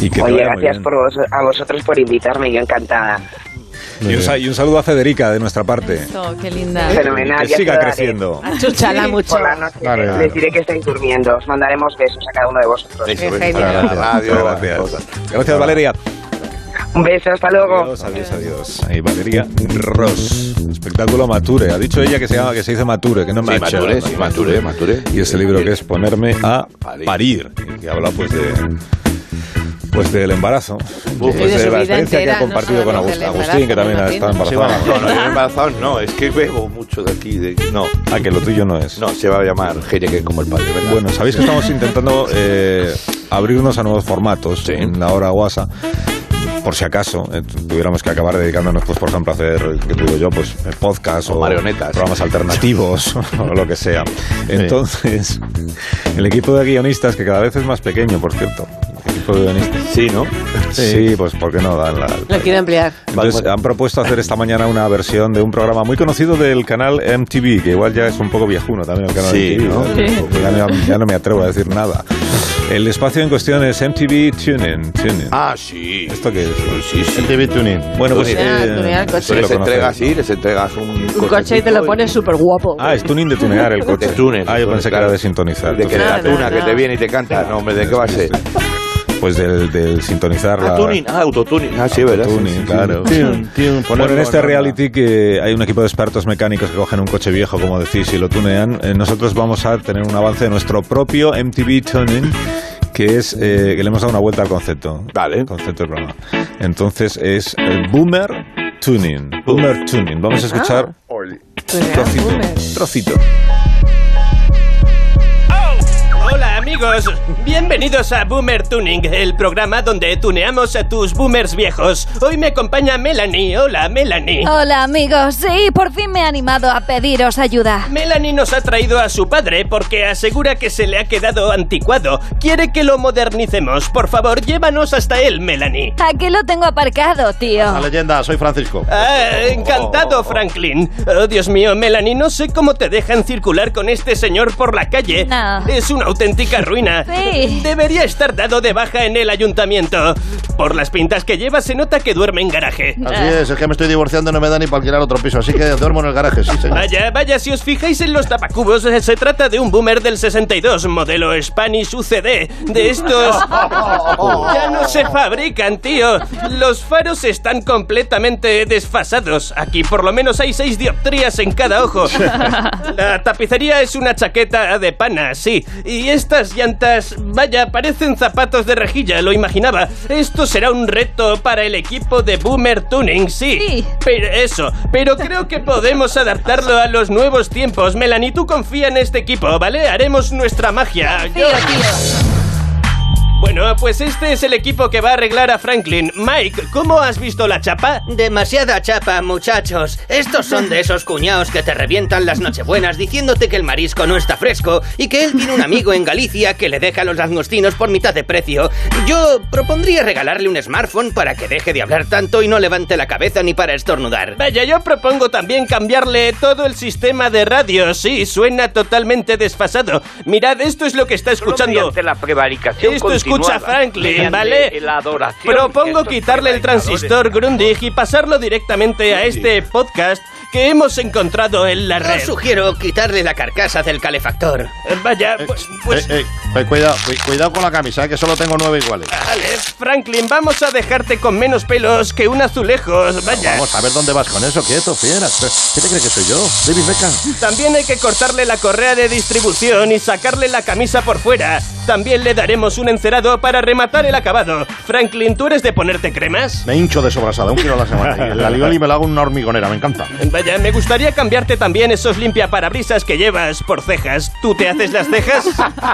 S1: Y que te
S10: Oye,
S1: vaya muy
S10: gracias
S1: bien.
S10: por vos- a vosotros por invitarme, yo encantada.
S1: Y un, sa- y un saludo a Federica de nuestra parte.
S2: Eso, qué linda.
S10: Fenomenal.
S1: Que
S10: ya te
S1: siga
S10: lo daré.
S1: creciendo.
S3: Chúchala mucho.
S10: Por la noche
S5: Vale,
S10: les
S5: vale.
S10: diré que estáis durmiendo. Os mandaremos besos a cada uno de vosotros.
S4: Eso,
S3: Qué
S4: para la
S5: genial.
S4: radio,
S1: Gracias. Gracias Valeria.
S10: Un beso, hasta luego.
S1: Adiós, adiós, adiós. Ahí Valeria Ross. Espectáculo Mature. Ha dicho ella que se llama que se dice Mature, que no
S4: Sí,
S1: Mature.
S4: Mature, sí, Mature, Mature.
S1: Y ese libro que es Ponerme a
S4: Parir.
S1: parir. Y que habla pues de pues del embarazo, pues
S3: de
S1: de
S3: su
S1: la
S3: vida
S1: experiencia que
S3: entera,
S1: ha
S3: no
S1: compartido con
S3: solamente
S1: Agustín,
S3: del
S1: Agustín, que también
S3: embarazo,
S1: está
S4: eh, Sí, bueno,
S1: embarazado.
S4: no, no, yo embarazado no, es que bebo mucho de aquí. De, no,
S1: Ah, que lo tuyo no es.
S4: no, se va a llamar Jerez como el padre, ¿verdad?
S1: Bueno, sabéis que estamos intentando eh, abrirnos a nuevos formatos
S4: Sí.
S1: en la hora guasa. Por si acaso eh, tuviéramos que acabar dedicándonos, pues, por ejemplo, a hacer, que digo yo, pues eh, podcast
S4: O marionetas.
S1: programas alternativos o lo que sea. Entonces, el equipo de guionistas, que cada vez es más pequeño, por cierto, el equipo de guionistas.
S4: sí, ¿no?
S1: Sí, pues, ¿por qué no dan la,
S3: Lo quiero ampliar.
S1: entonces, han propuesto hacer esta mañana una versión de un programa muy conocido del canal MTV, que igual ya es un poco viejuno también el canal
S4: Sí,
S1: MTV,
S4: ¿no?
S1: ¿no? Ya, no ya no me atrevo a decir nada. El espacio en cuestión es MTV Tuning. Tuning.
S4: Ah, sí.
S1: ¿Esto qué es?
S4: Sí, sí.
S5: TV Tuning.
S1: Bueno, pues...
S3: Tunear, Ah, tunear el coche.
S1: eso
S4: les
S1: lo conocéis,
S4: entregas,
S1: ¿no?
S4: sí, les entregas un,
S3: Un coche y te lo pones súper guapo.
S1: Ah, es tuning de tunear el coche.
S4: De tuning.
S1: Ah, yo pensé que era de sintonizar.
S4: De que
S3: No,
S4: la
S3: no,
S4: tuna que
S3: no.
S4: te viene y te canta. No, hombre, ¿de qué va a ser?
S1: Pues del, del sintonizar la...
S4: Ah, tuning, ah, autotuning. Ah, sí, ¿verdad?
S1: Tuning,
S4: Sí, sí,
S1: claro.
S4: sí.
S1: Bueno, en este
S5: Ponerlo,
S1: reality que hay un equipo de expertos mecánicos que cogen un coche viejo, como decís, y lo tunean, eh, nosotros vamos a tener un avance de nuestro propio MTV Tuning, que es eh, que le hemos dado una vuelta al concepto.
S4: Vale.
S1: El concepto del programa. Entonces es eh, Boomer Tuning. Boomer Tuning.
S6: Ah,
S1: Vamos a escuchar
S2: Ah.
S1: un trocito. un trocito.
S12: Hola amigos, bienvenidos a Boomer Tuning, el programa donde tuneamos a tus boomers viejos. Hoy me acompaña Melanie. Hola Melanie.
S9: Hola amigos, sí, por fin me he animado a pediros ayuda.
S12: Melanie nos ha traído a su padre porque asegura que se le ha quedado anticuado. Quiere que lo modernicemos. Por favor, llévanos hasta él, Melanie.
S9: Aquí lo tengo aparcado, tío.
S5: La leyenda, soy Francisco.
S12: Ah, encantado, Franklin. Oh, Dios mío, Melanie, no sé cómo te dejan circular con este señor por la calle.
S9: No.
S12: Es una auténtica ruina.
S9: Sí.
S12: Debería estar dado de baja en el ayuntamiento. Por las pintas que lleva se nota que duerme en garaje.
S5: Así
S9: Ah.
S5: es, es que me estoy divorciando y no me da ni para alquilar otro piso, así que duermo en el garaje, sí, señor.
S12: Vaya, vaya, si os fijáis en los tapacubos, eh, se trata de un boomer del 62, modelo Spanish UCD. De estos... Ya no se fabrican, tío. Los faros están completamente desfasados. Aquí por lo menos hay seis dioptrías en cada ojo. La tapicería es una chaqueta de pana, sí. Y estas llantas, vaya, parecen zapatos de rejilla, lo imaginaba. Esto será un reto para el equipo de Boomer Tuning, sí.
S9: Sí.
S12: Pero eso, pero creo que podemos adaptarlo a los nuevos tiempos. Melanie, tú confía en este equipo, ¿vale? Haremos nuestra magia.
S9: Tío, tío.
S12: Bueno, pues este es el equipo que va a arreglar a Franklin. Mike, ¿cómo has visto la chapa?
S13: Demasiada chapa, muchachos. Estos son de esos cuñados que te revientan las nochebuenas diciéndote que el marisco no está fresco y que él tiene un amigo en Galicia que le deja los langostinos por mitad de precio. Yo propondría regalarle un smartphone para que deje de hablar tanto y no levante la cabeza ni para estornudar.
S12: Vaya, yo propongo también cambiarle todo el sistema de radio. Sí, suena totalmente desfasado. Mirad, esto es lo que está escuchando.
S13: la prevaricación
S12: Esto escucha Franklin, ¿vale? Propongo quitarle el transistor Grundig y pasarlo directamente a este podcast que hemos encontrado en la
S13: Yo
S12: red.
S13: sugiero quitarle la carcasa del calefactor.
S12: Vaya, pues, pues-
S5: Eh, eh, eh, cuidado, cu- cuidado con la camisa, eh, que solo tengo nueve iguales.
S12: Vale, Franklin, vamos a dejarte con menos pelos que un azulejos. Vaya.
S5: Vamos a ver dónde vas con eso, quieto, fieras. ¿Qué te crees que soy yo? David Beckham.
S12: También hay que cortarle la correa de distribución y sacarle la camisa por fuera. También le daremos un encerado para rematar el acabado. Franklin, ¿tú eres de ponerte cremas?
S5: Me hincho de sobrasada, un kilo a la semana. Y La lioli me la hago en una hormigonera, me encanta.
S12: Vaya, me gustaría cambiarte también esos limpiaparabrisas que llevas por cejas. ¿Tú te haces las cejas?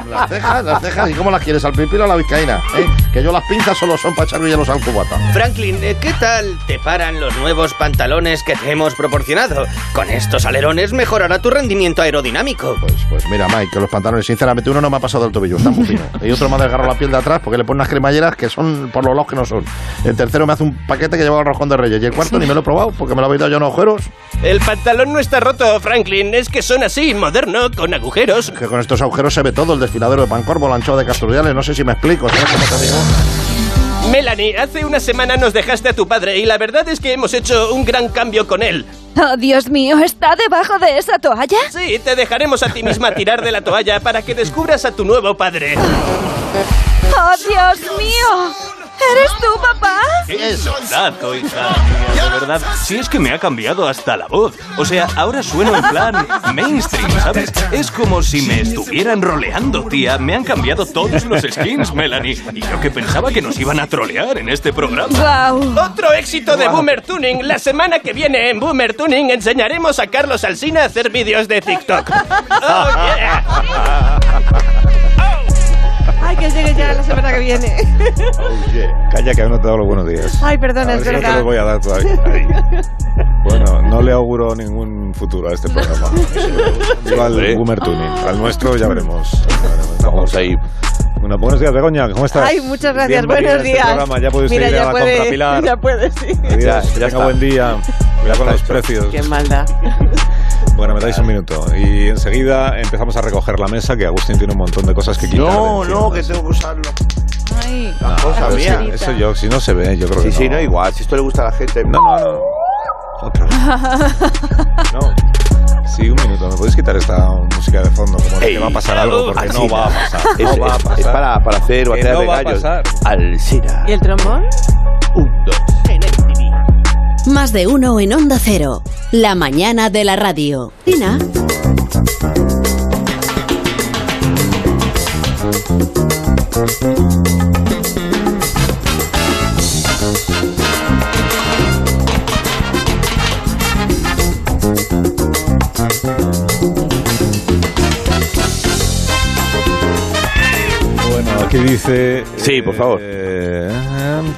S5: Las cejas, las cejas, ¿y cómo las quieres? ¿Al pimpil o a la vizcaína? eh? Que yo las pinzas solo son para echarle hielos al cubata.
S13: Franklin, eh, ¿qué tal te paran los nuevos pantalones que te hemos proporcionado? Con estos alerones mejorará tu rendimiento aerodinámico.
S5: Pues mira, Mike, que los pantalones, sinceramente, uno no me ha pasado el tobillo, está muy fino. Y otro me ha desgarrado la piel de atrás porque le pone unas cremalleras que son por los lados que no son. El tercero me hace un paquete que lleva el roscón de reyes. Y el cuarto ni me lo he probado porque me lo habéis dado yo en agujeros.
S12: El pantalón no está roto, Franklin. Es que son así, moderno, con agujeros.
S5: Que con estos agujeros se ve todo, el desfiladero de Pancorvo, la anchoa de Castrullales, no sé si me explico, ¿sabes cómo te digo?
S12: Melanie, hace una semana nos dejaste a tu padre y la verdad es que hemos hecho un gran cambio con él.
S14: Oh, Dios mío, ¿está debajo de esa toalla?
S12: Sí, te dejaremos a ti misma tirar de la toalla para que descubras a tu nuevo padre.
S14: ¡Oh, Dios mío! ¿Eres tú, papá?
S12: Es verdad, hija. De verdad, si es que me ha cambiado hasta la voz. O sea, ahora sueno en plan mainstream, ¿sabes? Es como si me estuvieran roleando, tía. Me han cambiado todos los skins, Melanie. Y yo que pensaba que nos iban a trolear en este programa. Otro éxito de Boomer Tuning. La semana que viene en Boomer Tuning enseñaremos a Carlos Alsina a hacer vídeos de TikTok. Oh, yeah.
S3: Ay, que llegue ya la semana que viene.
S1: Calla, que aún no te he dado los buenos días.
S3: Ay, perdón,
S1: A ver
S3: es
S1: si no te
S3: verdad.
S1: los voy a dar todavía. Ay. Bueno, no le auguro ningún futuro a este programa. Digo al Boomer Tuning. Al nuestro ya veremos. Vamos ahí. Bueno, buenos días, Begoña. ¿Cómo estás?
S3: Ay, muchas gracias. Buenos
S1: Bienvenida a este
S3: días.
S1: programa. Ya puedes
S3: Mira,
S1: ir a
S3: ya
S1: la
S3: puede-
S1: compra Pilar.
S3: Ya puedes, sí.
S1: Adiós, que tenga buen día. Cuidado con los precios.
S3: Qué maldad.
S1: Bueno, me dais un minuto. Y enseguida empezamos a recoger la mesa, que Agustín tiene un montón de cosas que quitar.
S4: No,
S1: de encima.
S4: no, que tengo que usarlo.
S2: Ay,
S4: La cosa
S1: Pero
S4: mía.
S1: sí, Eso yo, si no se ve, ¿eh? yo creo
S4: Sí,
S1: que no.
S4: sí, no, igual. Si esto le gusta a la gente.
S1: No, no, no. Otra. Sí, un minuto. ¿Me podéis quitar esta música de fondo? Como de
S4: Ey,
S1: que va a pasar algo, porque no
S4: Alsina.
S1: va a pasar. No
S4: Es-
S1: va a
S4: es-
S1: pasar.
S4: es para- para hacer
S1: Que
S4: batalla
S1: no
S4: de
S1: va a
S4: gallos.
S1: pasar.
S4: Alcina.
S3: ¿Y el trombón?
S8: Más de uno en Onda Cero. La mañana de la radio. Tina.
S1: Bueno, aquí dice.
S4: Sí, por favor.
S1: eh,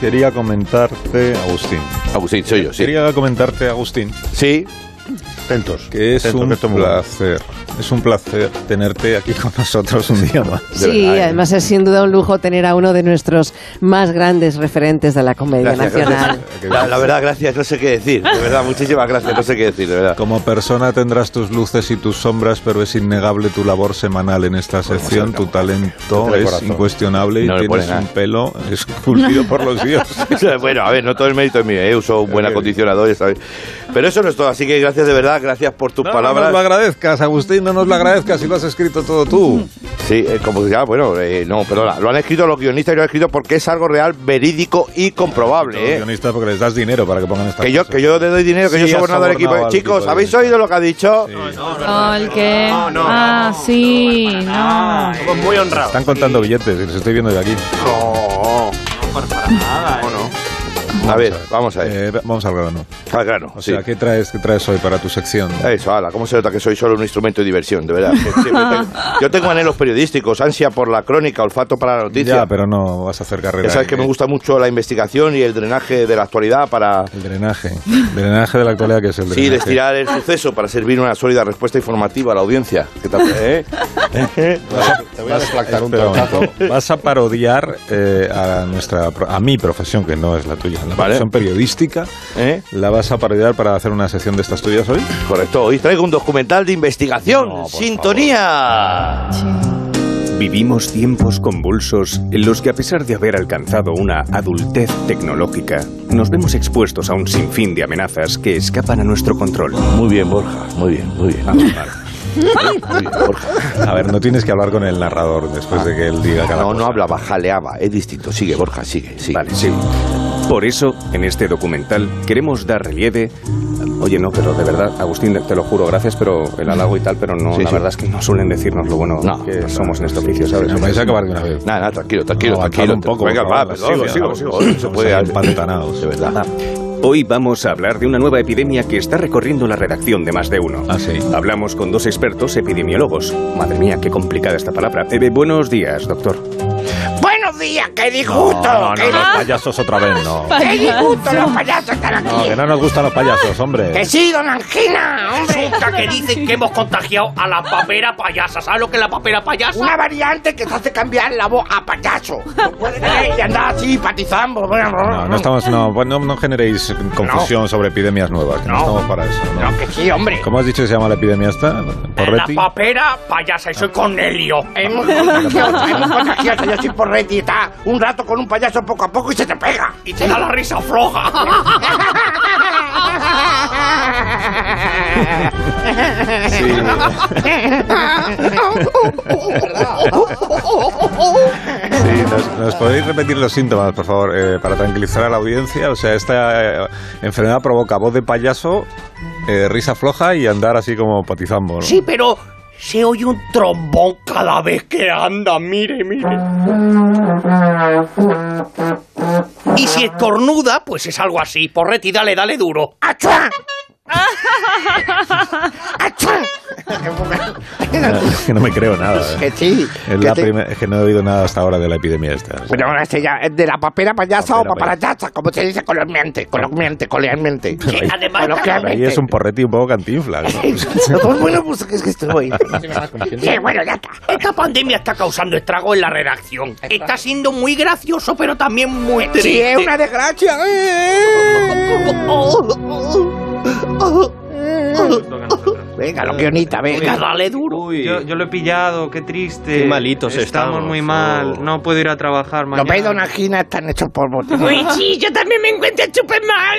S1: quería comentarte, Agustín.
S4: Agustín, soy yo, sí.
S1: Quería comentarte, Agustín.
S4: Sí.
S5: Atentos.
S1: Que es
S5: atentos,
S1: un
S5: que esto es muy bueno.
S1: placer. Es un placer tenerte aquí con nosotros un día más.
S3: Sí,
S4: ¿eh?
S3: además es sin duda un lujo tener a uno de nuestros más grandes referentes de la comedia
S4: Gracias,
S3: nacional.
S4: gracias. La, la verdad, gracias, no sé qué decir. De verdad, muchísimas gracias, no sé qué decir, de verdad.
S1: Como persona tendrás tus luces y tus sombras, pero es innegable tu labor semanal en esta sección. Tu talento
S4: Desde el
S1: es
S4: corazón.
S1: incuestionable y
S4: No le pone
S1: tienes
S4: nada.
S1: un pelo esculpido por los dioses.
S4: bueno, a ver, no todo el mérito es mío, ¿eh? uso un buen acondicionador, ya ¿sabes? Pero eso no es todo, así que gracias de verdad, gracias por tus
S1: No,
S4: palabras.
S1: nos lo agradezcas, Agustín, no nos lo agradezcas si lo has escrito todo tú.
S4: Sí, eh, como ya, bueno, eh, no, perdona, lo han escrito los guionistas y lo han escrito porque es algo real, verídico y comprobable, ¿eh?
S1: Guionistas, porque les das dinero para que pongan esta.
S4: Que yo, que yo te doy dinero, que
S1: Sí,
S4: yo
S1: has
S4: he sobornado al equipo.
S1: sobornado al
S4: Chicos,
S1: equipo de-
S4: ¿habéis oído lo que ha dicho?
S2: Oh, el que... Ah, sí, no.
S12: Muy honrado.
S1: Están contando billetes y los estoy viendo de aquí.
S4: No, para nada, eh. A ver, vamos a ver.
S1: Eh, vamos al grano.
S4: Al grano,
S1: O
S4: sí.
S1: sea, ¿qué traes, qué traes hoy para tu sección?
S4: Eso, ala, ¿cómo se nota que soy solo un instrumento de diversión? De verdad. que siempre tengo- Yo tengo anhelos periodísticos, ansia por la crónica, olfato para la noticia.
S1: Ya, pero eh. no vas a hacer carrera.
S4: Ya sabes que me gusta mucho la investigación y el drenaje de la actualidad para...
S1: El drenaje. Drenaje de la actualidad que es el drenaje.
S4: Sí, destilar el suceso para servir una sólida respuesta informativa a la audiencia. ¿Qué tal? ¿Eh?
S5: Te voy a desflactar un
S1: Espera un
S5: tortazo.
S1: momento. Vas a parodiar eh, a nuestra pro- a mi profesión que no es la tuya, la profesión periodística. La vas a parodiar para hacer una sección de estas tuyas hoy.
S4: Correcto. Hoy traigo un documental de investigación. Sintonía.
S15: Vivimos tiempos convulsos en los que a pesar de haber alcanzado una adultez tecnológica, nos vemos expuestos a un sinfín de amenazas que escapan a nuestro control. Ah, Muy bien, Borja, muy bien, muy bien.
S1: A ver, no tienes que hablar con el narrador después de que él diga cada
S4: No, no habla, bajaleaba, es distinto. Sigue, Borja, sigue, sigue. Vale,
S15: sí. Por eso, en este documental queremos dar relieve. Oye, no, pero de verdad, Agustín, te lo juro, gracias, pero el halago y tal, pero no,
S4: Sí,
S15: la
S4: sí.
S15: verdad es que no suelen decirnos lo bueno
S4: No,
S15: que
S4: no,
S15: somos en
S4: no,
S15: este
S4: sí,
S15: oficio,
S4: sí,
S15: ¿sabes?
S4: sí, sí.
S1: Vais a acabar de una vez.
S4: Nada, nada, tranquilo, tranquilo,
S1: Avanzad
S4: tranquilo.
S1: un poco,
S4: Venga,
S1: por
S4: va,
S1: favor,
S4: sigo,
S1: sigo, sigo,
S4: sigo, sigo.
S1: sigo.
S4: Se puede-
S1: Empantanados.
S4: De verdad.
S15: Hoy vamos a hablar de una nueva epidemia que está recorriendo la redacción de más de uno. Ah, sí. Hablamos con dos expertos epidemiólogos. Madre mía, qué complicada esta palabra. Eh, buenos días, doctor.
S11: Buenos días, qué disgusto.
S1: No, no,
S11: qué,
S1: no, los payasos otra vez,
S4: Ah,
S1: no.
S11: qué disgusto los payasos están aquí.
S1: No, que no nos gustan los payasos, hombre.
S11: Que sí, don Angina, hombre.
S13: Resulta que dicen que hemos contagiado a la papera payasa. ¿Sabes lo que es la papera payasa?
S11: Una variante que te hace cambiar la voz a payaso. No puede creer y andar así patizando.
S1: No, no estamos, no, pues no, no generéis confusión sobre epidemias nuevas, que no,
S13: No.
S1: estamos para eso. ¿no?
S13: No, que sí, hombre.
S1: ¿Cómo has dicho que se llama la epidemia esta?
S13: La
S1: ¿Porretti?
S13: papera payasa, y soy Cornelio.
S11: Hemos contagiado, hemos contagiado. Yo estoy por Reti, está un rato con un payaso poco a poco y se te pega.
S13: Y te da la risa floja.
S1: Sí, ¿nos, nos podéis repetir los síntomas, por favor, eh, para tranquilizar a la audiencia? O sea, esta eh, enfermedad provoca voz de payaso, eh, risa floja y andar así como patizambo. ¿no?
S13: Sí, pero se oye un trombón cada vez que anda. Mire, mire. Y si estornuda, pues es algo así. Porreti, dale, dale duro. ¡Achua!
S1: Es que no me creo nada. eh.
S11: Que sí,
S1: Es,
S11: que
S1: la
S11: te-
S1: primer- es que no he oído nada hasta ahora de la epidemia esta.
S11: Pero ahora se llama- es de la papera payasa
S1: Papera
S11: o paparayacha, como se dice coloquialmente, coloquialmente, coloquialmente.
S1: Pero ahí- Ahí
S11: coloquialmente.
S1: es un porreti un poco cantinflas. ¿no?
S11: Pues bueno, pues es que estoy.
S13: Sí, bueno, ya está. Esta pandemia está causando estragos en la redacción. Está siendo muy gracioso, pero también muy triste.
S11: Sí, es una desgracia. ¿eh? Venga, lo guionita, venga.
S13: dale duro.
S16: Yo, yo lo he pillado, qué triste.
S11: Qué malitos
S16: estamos.
S11: estamos,
S16: muy mal, no puedo ir a trabajar
S11: Los
S16: mañana.
S11: veis, don Angina, están hechos polvo.
S13: Uy, sí, yo también me encuentro súper mal.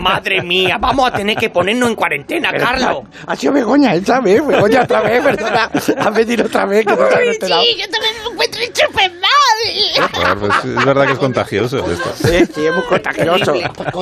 S13: Madre mía, vamos a tener que ponernos en cuarentena,
S11: Pero,
S13: Carlos.
S11: Ha sido Begoña, él sabe, Begoña otra vez, perdona. Ha venido otra vez. Que no te has enterado.
S17: yo también me encuentro súper mal.
S1: Joder, pues es verdad que es contagioso esto.
S11: Sí, sí, es muy contagioso.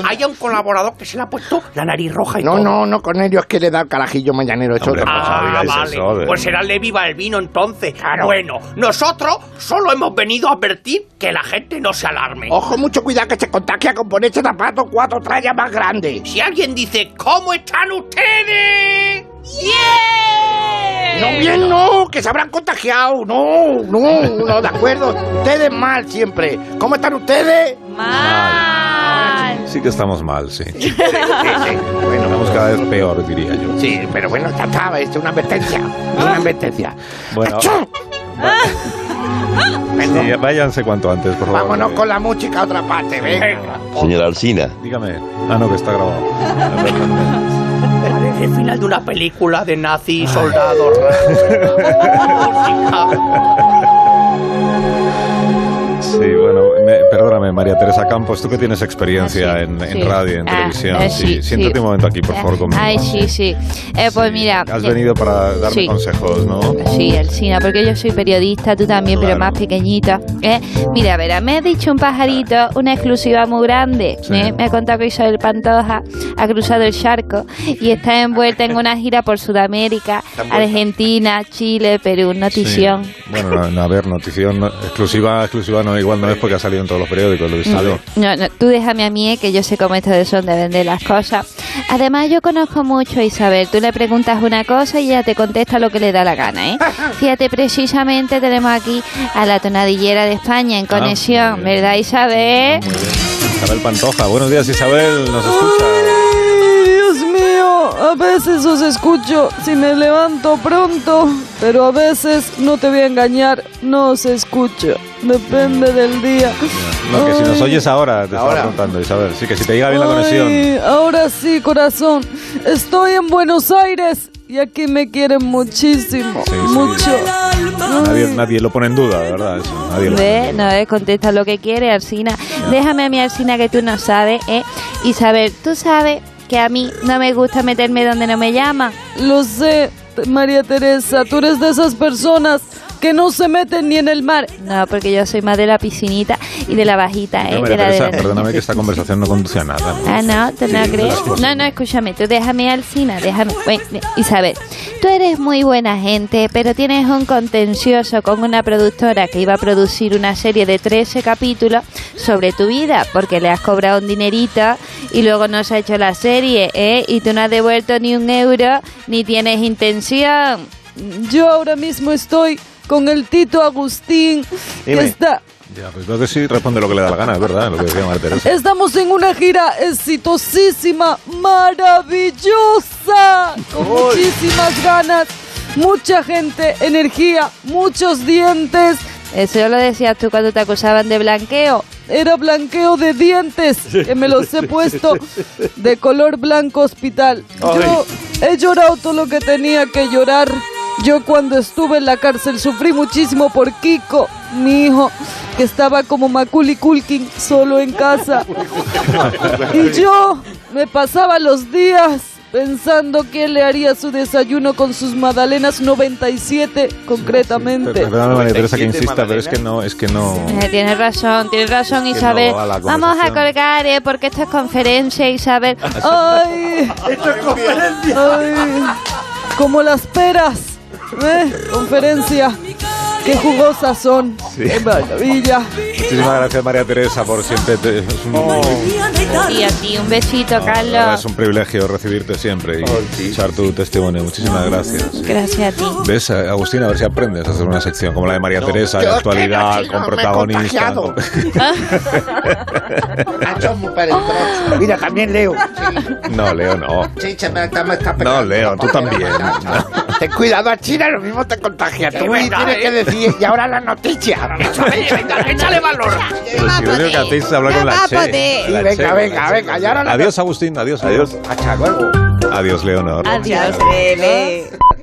S13: Hay un colaborador que se le ha puesto la nariz roja y
S11: Pues No,
S13: todo.
S11: no, no, con ellos que le da el carajillo mañanero. Eso otra cosa.
S13: Ah, vale. pues será el de Viva el Vino entonces. Bueno, nosotros solo hemos venido a advertir que la gente no se alarme.
S11: Ojo, mucho cuidado que se contagia con ponerse zapatos cuatro trallas más grandes.
S13: Si alguien dice, ¿cómo están ustedes?
S11: No, bien no, que se habrán contagiado. No, no, no, de acuerdo. Ustedes mal siempre. ¿Cómo están ustedes?
S1: Sí que estamos mal, sí. Bueno, estamos cada vez peor, diría yo. Ah.
S11: Sí, pero bueno, ya está, es una advertencia. es Una advertencia.
S1: Bueno, sí, váyanse cuanto antes, por favor.
S11: Vámonos con la música a otra parte, venga.
S1: Señora Alcina. Dígame. Ah, no, que está grabado.
S13: Parece el final de una película de nazi y soldados.
S1: Sí, bueno, me- perdóname, María Teresa Campos, tú que tienes experiencia en, en
S18: sí.
S1: radio, en
S18: Ah,
S1: televisión.
S18: eh,
S1: sí,
S18: sí,
S1: siéntate
S18: sí.
S1: un momento aquí, por favor, conmigo.
S18: Ay, sí, sí. Eh, pues mira.
S1: Has
S18: eh,
S1: venido para darme
S18: sí.
S1: consejos, ¿no?
S18: Sí, Alcina, porque yo soy periodista, tú también, pero más pequeñita. ¿eh? Mira, a ver, me ha dicho un pajarito una exclusiva muy grande. ¿eh? Me ha contado que Isabel Pantoja ha cruzado el charco y está envuelta en una gira por Sudamérica, Argentina, Chile, Perú, notición.
S1: Bueno, no, no, a ver, notición no- exclusiva, exclusiva no, igual no es porque ha salido en todos los periódicos, lo he visto yo.
S18: Mm. No, no, tú déjame a mí, eh, que yo sé cómo esto de son de vender las cosas. Además, yo conozco mucho a Isabel. Tú le preguntas una cosa y ella te contesta lo que le da la gana, ¿eh? Fíjate, precisamente tenemos aquí a la tonadillera de España en conexión, ¿verdad, Isabel?
S1: Isabel Pantoja, buenos días Isabel, nos escucha.
S19: Dios mío, a veces os escucho si me levanto pronto, pero a veces, no te voy a engañar, no os escucho. Depende del día.
S1: Mm. No, que si nos
S19: Ay.
S1: oyes ahora, te estaba preguntando Isabel, sí, que si te llega bien la
S19: Ay,
S1: conexión.
S19: ahora sí, corazón. Estoy en Buenos Aires y aquí me quieren muchísimo,
S1: Sí, sí.
S19: mucho.
S1: Nadie, nadie lo pone en duda, de verdad. Eso, nadie lo
S18: Ve, No, eh, contesta lo que quiere, Alcina. Déjame a mi Alcina que tú no sabes, ¿eh? Isabel, tú sabes que a mí no me gusta meterme donde no me llama.
S19: Lo sé, Te- María Teresa, tú eres de esas personas que no se meten ni en el mar.
S18: No, porque yo soy más de la piscinita y de la bajita, ¿eh?
S1: No,
S18: De
S1: María
S18: la de-
S1: Teresa, perdóname que esta conversación no conduce a nada.
S18: Ah, no, ¿tú no crees? No, no, escúchame, tú déjame al cine, déjame. Bueno, Isabel, tú eres muy buena gente, pero tienes un contencioso con una productora que iba a producir una serie de 13 capítulos sobre tu vida, porque le has cobrado un dinerito y luego no se ha hecho la serie, ¿eh? Y tú no has devuelto ni un euro, ni tienes intención.
S19: Yo ahora mismo estoy con el Tito Agustín,
S1: Dime.
S19: que está
S1: Ya, pues entonces sí responde lo que le da la gana, es verdad, lo que decía María Teresa.
S19: Estamos en una gira exitosísima, maravillosa, con muchísimas ganas, mucha gente, energía, muchos dientes.
S18: Eso lo decías tú cuando te acusaban de blanqueo.
S19: Era blanqueo de dientes, que me los he puesto de color blanco hospital. Yo he llorado todo lo que tenía que llorar. Yo cuando estuve en la cárcel sufrí muchísimo por Kiko, mi hijo, que estaba como Maculi Culkin solo en casa. Y yo me pasaba los días pensando quién le haría su desayuno con sus magdalenas 97 concretamente.
S1: Perdóname, María Teresa, que
S5: 97
S1: insista, pero es que no, es que no.
S18: Eh, tienes razón, tienes razón,
S1: no
S18: Isabel.
S1: va la
S18: Vamos a
S1: conversación.
S18: colgar, ¿eh? Porque esto es conferencia, Isabel.
S19: ¡Ay! Ay, como las peras. ¿eh? Conferencia. Qué jugosas son. Qué maravilla.
S1: Muchísimas gracias, María Teresa, por siempre. te- es, un,
S18: Oh. Y a ti, un besito,
S1: la verdad, es
S18: Carlos.
S1: un privilegio recibirte siempre y escuchar tu testimonio. Muchísimas gracias.
S18: Gracias a ti.
S1: ¿Ves, eh, Agustín? A ver si aprendes a hacer una sección como la de María Teresa, de
S11: Yo
S1: actualidad,
S11: tengo,
S1: con
S11: chicos, me he
S1: protagonistas.
S11: contagiado. Ah,
S1: trozo.
S11: Mira, también leo.
S1: No, Leo, no.
S11: Sí, se me está, me está
S1: No,
S11: pegando.
S1: Leo, tú también.
S11: Ten cuidado a China, lo mismo te contagia. Tú me
S20: verdad,
S11: tienes
S20: ¿eh?
S11: que decir, y ahora la noticia.
S20: Échale valor.
S1: Pero Pues si lo único que hacéis es hablar con la Che.
S11: Sí,
S1: La
S11: venga,
S1: Che, con la
S11: venga,
S1: Che.
S11: venga. Y ahora la
S1: Adiós, Agustín. Adiós. Adiós. Hasta luego. Adiós, Leonor.
S11: Adiós,
S1: Leonor.